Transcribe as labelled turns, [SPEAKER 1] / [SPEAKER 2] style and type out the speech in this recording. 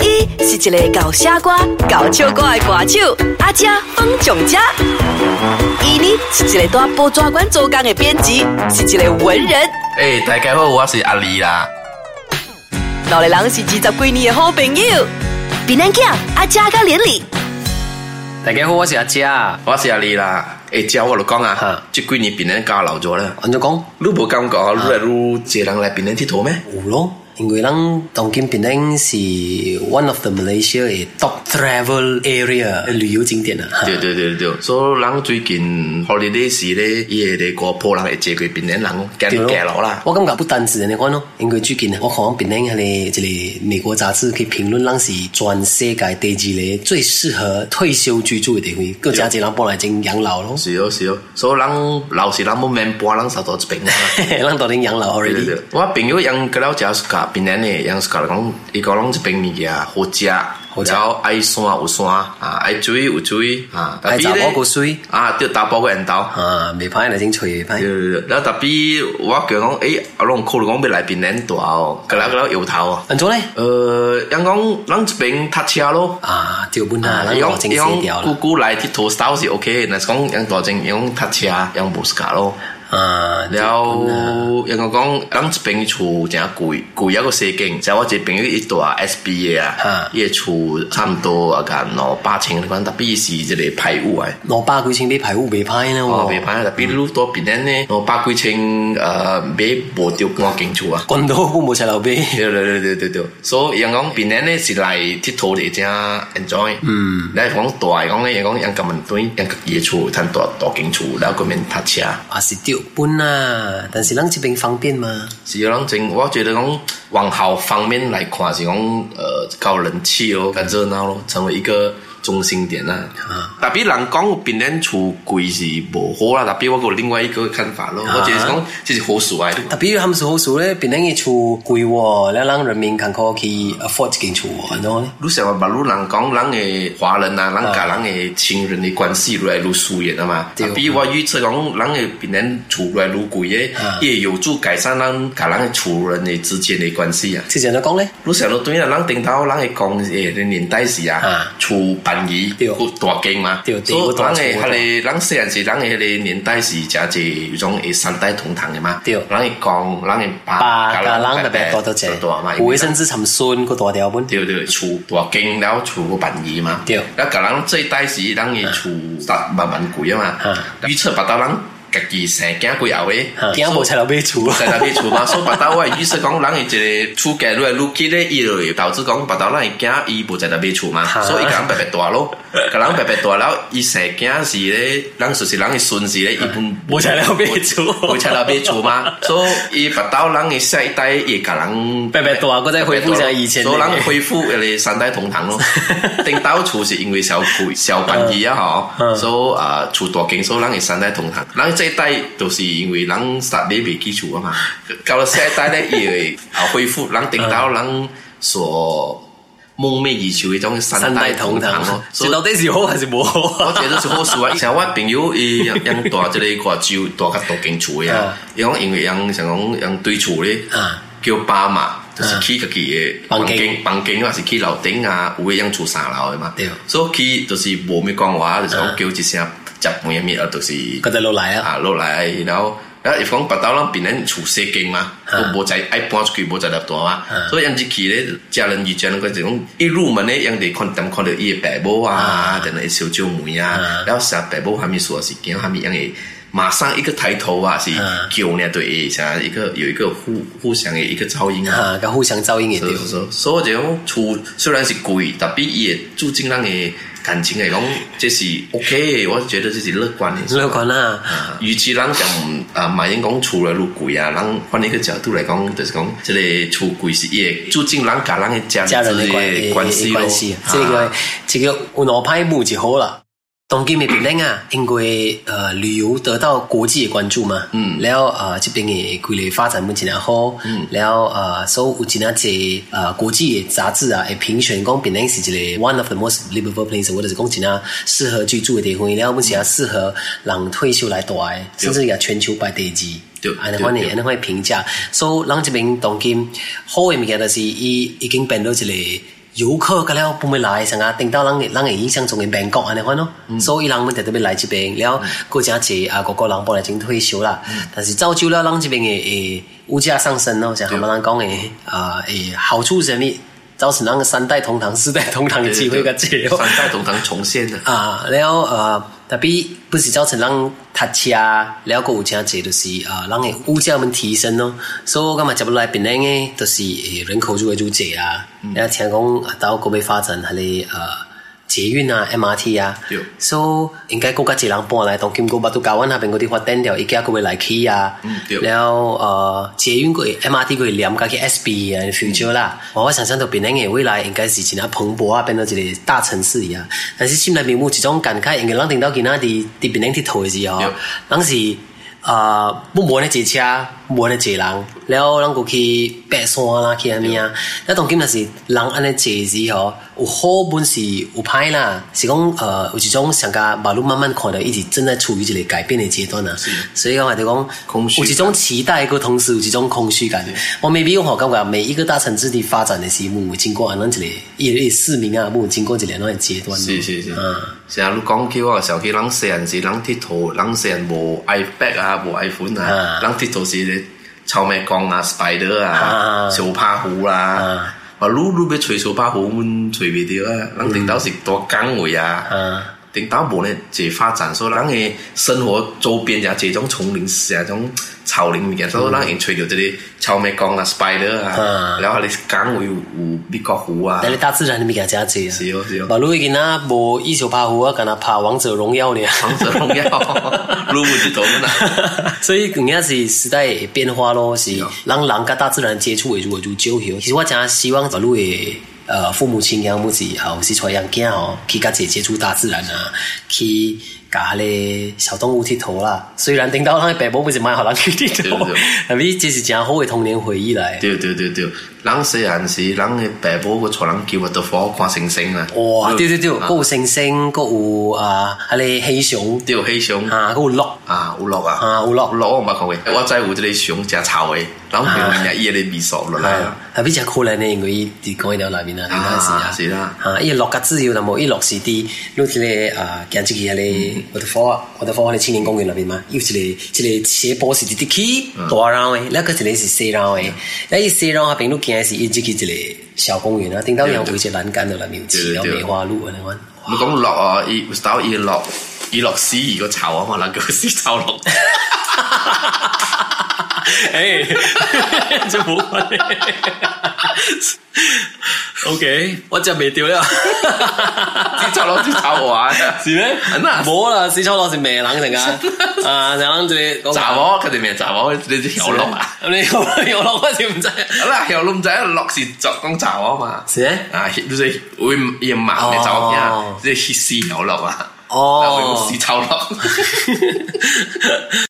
[SPEAKER 1] 伊是一个搞傻歌、搞笑歌的歌手，阿姐方强家。伊呢是一个在报纸馆做工的编辑，是一个文人。
[SPEAKER 2] 诶、大家好，我是阿丽啦。
[SPEAKER 1] 两个人是二十几年的好朋友。比咱囝阿姐甲连理，
[SPEAKER 3] 大家好，我是阿啊佳。
[SPEAKER 2] 我是阿丽啦。诶、欸，姐，我就讲啊
[SPEAKER 3] 哈，
[SPEAKER 2] 这几年槟榔家老咗啦，
[SPEAKER 3] 安怎讲？
[SPEAKER 2] 你无感觉啊愈来愈多人来槟榔佚佗咩？
[SPEAKER 3] 有咯，因为咱东京槟榔是 one of the Malaysia 的 top travel area 的旅游景点啊。哈
[SPEAKER 2] 对对对对，所以人最近 holiday 时咧，伊会嚟个破人会坐过槟榔人，惊你行路啦。
[SPEAKER 3] 我感覺不單止係呢款咯，因為最近我看邊呢係一個美國雜誌去評論，咱是全世界第二個最適合退休居住嘅地方，更加一人幫嚟整養老咯。
[SPEAKER 2] 是哦是哦，所以人老是人要面搬人手到一边 啊。
[SPEAKER 3] 咱到底養老
[SPEAKER 2] 对对
[SPEAKER 3] already
[SPEAKER 2] 对。，我朋友养个了食是甲槟榔呢，养是甲讲，伊讲拢一边物件好食，
[SPEAKER 3] 食
[SPEAKER 2] 然后爱山有山，啊爱水有水，啊
[SPEAKER 3] 愛查某有水，
[SPEAKER 2] 啊对查甫个缘投。
[SPEAKER 3] 啊，未歹嚟整吹
[SPEAKER 2] 对
[SPEAKER 3] 歹。
[SPEAKER 2] 对对，然后特别我讲讲，诶，阿龙可能讲要来槟榔大哦，个了个了摇头哦。
[SPEAKER 3] 安做咧？
[SPEAKER 2] 呃，人讲咱这边搭车咯，
[SPEAKER 3] 啊，掉本啊，咱
[SPEAKER 2] 伊
[SPEAKER 3] 我
[SPEAKER 2] 讲
[SPEAKER 3] 整
[SPEAKER 2] 伊
[SPEAKER 3] 死掉
[SPEAKER 2] 讲久
[SPEAKER 3] 啦。
[SPEAKER 2] 久来佚佗少是 OK，但是讲人大正伊讲搭车，伊讲无时间咯。
[SPEAKER 3] 啊，
[SPEAKER 2] 然后人讲讲，咱这边厝真贵，贵一个四间，像我这朋友一住 SB 的啊
[SPEAKER 3] 啊，
[SPEAKER 2] 伊的厝差唔多啊，干六八千款，特别是一个排屋诶。
[SPEAKER 3] 六百幾千啲排污未歹呢
[SPEAKER 2] 哦，
[SPEAKER 3] 喎，
[SPEAKER 2] 袂歹，特别愈多别人呢，我百几千呃买无着我间厝啊。
[SPEAKER 3] 棍都都冇齊流俾。
[SPEAKER 2] 对对对对对对，所以人讲槟榔咧是来佚佗嚟正 enjoy。嗯，你讲大讲咧，人讲人咁民对人家野厝，趁大大景厝，然后嗰面搭车，
[SPEAKER 3] 啊是掉本啊，但是咱這邊方便嘛。
[SPEAKER 2] 是讲真，我觉得讲往好方面来看是讲呃高人气咯，跟热闹咯，成为一个。中心点啦、啊，特别人讲槟榔厝贵是无好啦，特别我有另外一个看法咯，我觉得是讲这是好事来的。
[SPEAKER 3] 特別他們所說咧，別人嘅厝貴喎，咧讓人民艱苦去 afford 一間厝喎，安怎咧？
[SPEAKER 2] 你想嘛，路人讲咱的华人啊，咱甲咱的亲人的关系越来越疏远啊嘛。
[SPEAKER 3] 对
[SPEAKER 2] 比如我预测讲，咱的别人厝越来越贵的，
[SPEAKER 3] 啊
[SPEAKER 2] 也有助改善咱甲咱的厝人的之间的关系啊。
[SPEAKER 3] 即係怎講咧？
[SPEAKER 2] 你想到对啊，咱顶头咱的讲诶的年代是啊
[SPEAKER 3] 啊，
[SPEAKER 2] 厝便宜
[SPEAKER 3] 对
[SPEAKER 2] 有大间嘛，
[SPEAKER 3] 对对
[SPEAKER 2] 所以
[SPEAKER 3] 有
[SPEAKER 2] 咱
[SPEAKER 3] 大啊
[SPEAKER 2] 的
[SPEAKER 3] 间有大
[SPEAKER 2] 迄个咱细汉时咱的迄个年代是真济有种诶三代同堂的嘛，
[SPEAKER 3] 对
[SPEAKER 2] 咱的讲，咱的
[SPEAKER 3] 爸
[SPEAKER 2] 甲
[SPEAKER 3] 甲
[SPEAKER 2] 咱的
[SPEAKER 3] 人特
[SPEAKER 2] 伯
[SPEAKER 3] 別多得
[SPEAKER 2] 就大嘛，
[SPEAKER 3] 濟，有的甚至尋孫個大條本。
[SPEAKER 2] 对对，厝大间，然后厝个便宜嘛。
[SPEAKER 3] 对
[SPEAKER 2] 然后甲人这一代是咱的厝搭慢慢贵啊嘛
[SPEAKER 3] 嗯。
[SPEAKER 2] 预测八到人家己生囝过后诶，
[SPEAKER 3] 驚無齊流俾啊厝
[SPEAKER 2] 在那边厝嘛，所以八到我的预测讲，人的一个厝价越来越低咧，伊就会导致讲八到咱的囝伊无在那边厝嘛，
[SPEAKER 3] 哈
[SPEAKER 2] 所以甲人白白大咯，甲人白白大了，伊生囝是咧，咱就是人的孙是咧，伊本
[SPEAKER 3] 無齊流俾厝，
[SPEAKER 2] 无在那边厝 嘛，所以伊八到人的下一代也甲人
[SPEAKER 3] 白白大，嗰啊再恢復就係以前嗯
[SPEAKER 2] 所以
[SPEAKER 3] 那
[SPEAKER 2] 人
[SPEAKER 3] 個。
[SPEAKER 2] 恢复迄个三代同堂 咯。顶兜厝是因为小贵小便宜啊吼，
[SPEAKER 3] 嗯
[SPEAKER 2] 所以啊厝大间，所以人会三代同堂。人这一代都是因为人十年未基础啊嘛，到了下一代咧也会啊恢复人顶兜人所梦寐以求迄种三
[SPEAKER 3] 三
[SPEAKER 2] 代
[SPEAKER 3] 代
[SPEAKER 2] 同
[SPEAKER 3] 同
[SPEAKER 2] 堂咯
[SPEAKER 3] 堂，。
[SPEAKER 2] 所
[SPEAKER 3] 是
[SPEAKER 2] 以
[SPEAKER 3] 到底是好還是無好
[SPEAKER 2] 我
[SPEAKER 3] 啊？
[SPEAKER 2] 觉得是好事啊！像我朋友伊养大即个个州大较大间厝的啊
[SPEAKER 3] 啊，
[SPEAKER 2] 伊讲因为养想讲养对厝咧
[SPEAKER 3] 啊，
[SPEAKER 2] 叫爸嘛，就是起家己的
[SPEAKER 3] 房间
[SPEAKER 2] 房间啊是起楼顶啊，有诶养厝三楼的嘛
[SPEAKER 3] 对，
[SPEAKER 2] 所以起就是无咩讲话，就是
[SPEAKER 3] 啊
[SPEAKER 2] 讲叫一声食饭面啊，就是
[SPEAKER 3] 嗰再落嚟啊，
[SPEAKER 2] 啊落来，然后。啊！伊讲北岛人别人厝四间嘛，
[SPEAKER 3] 啊
[SPEAKER 2] 都无在爱搬出去，无在入大嘛，
[SPEAKER 3] 啊
[SPEAKER 2] 所以人一去咧，家人遇见那个就讲一入门咧，人哋看点看到伊的爸母啊，等下小舅妹啊
[SPEAKER 3] 啊，
[SPEAKER 2] 然后啥爸母还没说是惊，还没样诶，马上一个抬头啊，是
[SPEAKER 3] 啊
[SPEAKER 2] 九呢对，啥一个有一个互互相的一个噪音啊。
[SPEAKER 3] 啊，個互相照應嘅
[SPEAKER 2] 所以
[SPEAKER 3] 掉。
[SPEAKER 2] 所以所以就讲厝虽然是贵，特别也住进咱的感情嚟讲，这是 OK，的我觉得这是乐观的。
[SPEAKER 3] 樂觀啦，
[SPEAKER 2] 与其咱讲啊，马英讲厝来越贵啊，咱换一个角度来讲，就是讲这个厝贵是也住进咱甲咱的家
[SPEAKER 3] 家人
[SPEAKER 2] 之
[SPEAKER 3] 嘅
[SPEAKER 2] 间的
[SPEAKER 3] 關關
[SPEAKER 2] 系咯
[SPEAKER 3] 關係，即係個
[SPEAKER 2] 啊
[SPEAKER 3] 即個有兩派目就好啦。東京嘅槟榔啊，因為呃旅遊得到國際嘅關注嘛，
[SPEAKER 2] 嗯
[SPEAKER 3] 然後呃這邊嘅佢哋發展冇真係好，
[SPEAKER 2] 嗯
[SPEAKER 3] 然後呃所以有真係濟呃國際嘅雜誌啊，會評選講槟榔是一個 one of the most livable place，或者是講真係適合居住嘅地方，然後冇真係適合人退休來住嘅，甚至係全球排第二。
[SPEAKER 2] 對
[SPEAKER 3] 安尼
[SPEAKER 2] 對
[SPEAKER 3] 啊款
[SPEAKER 2] 對
[SPEAKER 3] 嘅，安尼款嘅評價。所以咱即邊當今好嘅物件，就是伊已經變到一個游客噶了不会来，上啊定到人人嘅印象中嘅曼谷安尼啊款咯，所以人们就特别来这边，了国家是啊各个人本来真退休啦，但是造就了人这边嘅诶物价上升咯，像他们人讲嘅啊诶好处人力造成人三代同堂、四代同堂嘅机会较济 哦。
[SPEAKER 2] 三代同堂重现的，
[SPEAKER 3] 啊，然后呃，特别不是造成人搭车，了个有真济就是啊，人嘅物价们提升咯，所以我感觉接落来槟榔嘅就是呃人口就会愈济啊，
[SPEAKER 2] 嗯
[SPEAKER 3] 然后听讲啊，到嗰边发展系咧呃捷运啊、MRT 啊
[SPEAKER 2] 对，
[SPEAKER 3] 所以应该更加济人搬来，当金古巴都搞湾那边嗰啲發展掉，而家佢會來起啊
[SPEAKER 2] 嗯对，
[SPEAKER 3] 然後呃捷運佢 MRT 佢連加去 SB 啊 future 啦，我我想象到檳榔嘅未來應該是真係蓬勃啊，變到一個大城市一樣，但是心裏面冇一種感慨，應該人聽到今仔啲啲檳榔佚佗嘅時候
[SPEAKER 2] 对，
[SPEAKER 3] 人是。啊、呃，不滿咧坐車，不滿咧坐人，然後人過去爬山啦，去安尼啊。那當今若是人安尼坐時吼，有好本事，有歹啦，是講呃有一種上加馬路慢慢看到，一直正在處於一個改變的階段啊。所以講話就講，
[SPEAKER 2] 空虛
[SPEAKER 3] 有一種期待，佮同時有一種空虛感。我 maybe 我感覺每一個大城市的發展的時候，有經過安尼一個，一個市民啊，有經過一個安尼階段。
[SPEAKER 2] 是是是
[SPEAKER 3] 啊。，
[SPEAKER 2] 成日都講叫我成日人細人時，人佚佗，人細人無 iPad 啊，無 iPhone 啊
[SPEAKER 3] 啊，
[SPEAKER 2] 人佚佗時你臭咩講啊，spider 啊，
[SPEAKER 3] 啊
[SPEAKER 2] 小怕虎啦
[SPEAKER 3] 啊，
[SPEAKER 2] 話嚕嚕要吹小怕虎，阮吹袂掉啊，人頂頭是多崗位啊
[SPEAKER 3] 嗯啊，
[SPEAKER 2] 頂頭無咧自發展，所以人嘅生活周邊也這種叢林是啊，種草林物件，所以人會吹到這啲臭咩講啊，spider 啊
[SPEAKER 3] 嗯啊，
[SPEAKER 2] 然後你崗位有有美國虎啊
[SPEAKER 3] 但，是大自然的物件真济啊。
[SPEAKER 2] 是哦是哦
[SPEAKER 3] 马路已经那无一手拍虎啊，敢若拍王者荣耀呢。
[SPEAKER 2] 王者榮耀，擼唔知道啦。
[SPEAKER 3] 所以人家是时代的变化咯，是
[SPEAKER 2] 哦
[SPEAKER 3] 让人跟大自然接触为主为主少少。其实我真希望马路的呃父母亲养母子后是带养囝吼去跟姐接触大自然啊，去。甲咧小动物佚佗啦，虽然顶到咱的爸母不是买互咱去佚
[SPEAKER 2] 对对
[SPEAKER 3] 佗
[SPEAKER 2] 对，
[SPEAKER 3] 但是这是真好的童年回忆来。
[SPEAKER 2] 对对对对，人细汉时，人嘅爸母个带人叫我到火看星星啊。
[SPEAKER 3] 哇，对对对，
[SPEAKER 2] 啊
[SPEAKER 3] 还有星星，还有啊，迄个黑熊
[SPEAKER 2] 对，黑熊
[SPEAKER 3] 啊，还有鹿
[SPEAKER 2] 啊，有鹿啊，
[SPEAKER 3] 啊，有鹿
[SPEAKER 2] 有。鹿我唔捌看过，我知有即个熊食草嘅，然后平日伊个味素落来
[SPEAKER 3] 啊
[SPEAKER 2] 啊。，
[SPEAKER 3] 啊，比较可能呢，因为伊伫讲迄条内面啊，那是啊，
[SPEAKER 2] 是啦
[SPEAKER 3] 啊，伊落甲自由，那么伊落是伫落一个啊，行即个咧，我的佛，我的佛，咧青年公园内面嘛，有一个一个斜坡是直直起大 r 诶，那个一个是细 r 诶，那伊细 r 下边路行是伊即去一个小公园啊，顶到有有一个栏杆在内面，有一条梅花鹿安尼款。
[SPEAKER 2] 我讲鹿啊，伊有到伊鹿，伊鹿死伊个草啊嘛，人叫死草 鹿。
[SPEAKER 3] 哎， 这无关。OK，我接袂掉了。
[SPEAKER 2] 死草鹿死草我啊，
[SPEAKER 3] 是咩？
[SPEAKER 2] 那是
[SPEAKER 3] 冇啦，四草佬是咩人嚟 噶？啊，成日一个
[SPEAKER 2] 查某肯定名查某，你啲小鹿啊。，
[SPEAKER 3] 你有 有落我就唔知。啊
[SPEAKER 2] 嗱，小鹿唔知鹿是作讲查某嘛。
[SPEAKER 3] 是咩？
[SPEAKER 2] 啊，就是会伊盲嘅走
[SPEAKER 3] 哦
[SPEAKER 2] 啊嘅，即系死牛落啊，
[SPEAKER 3] 哦
[SPEAKER 2] 然后死草落。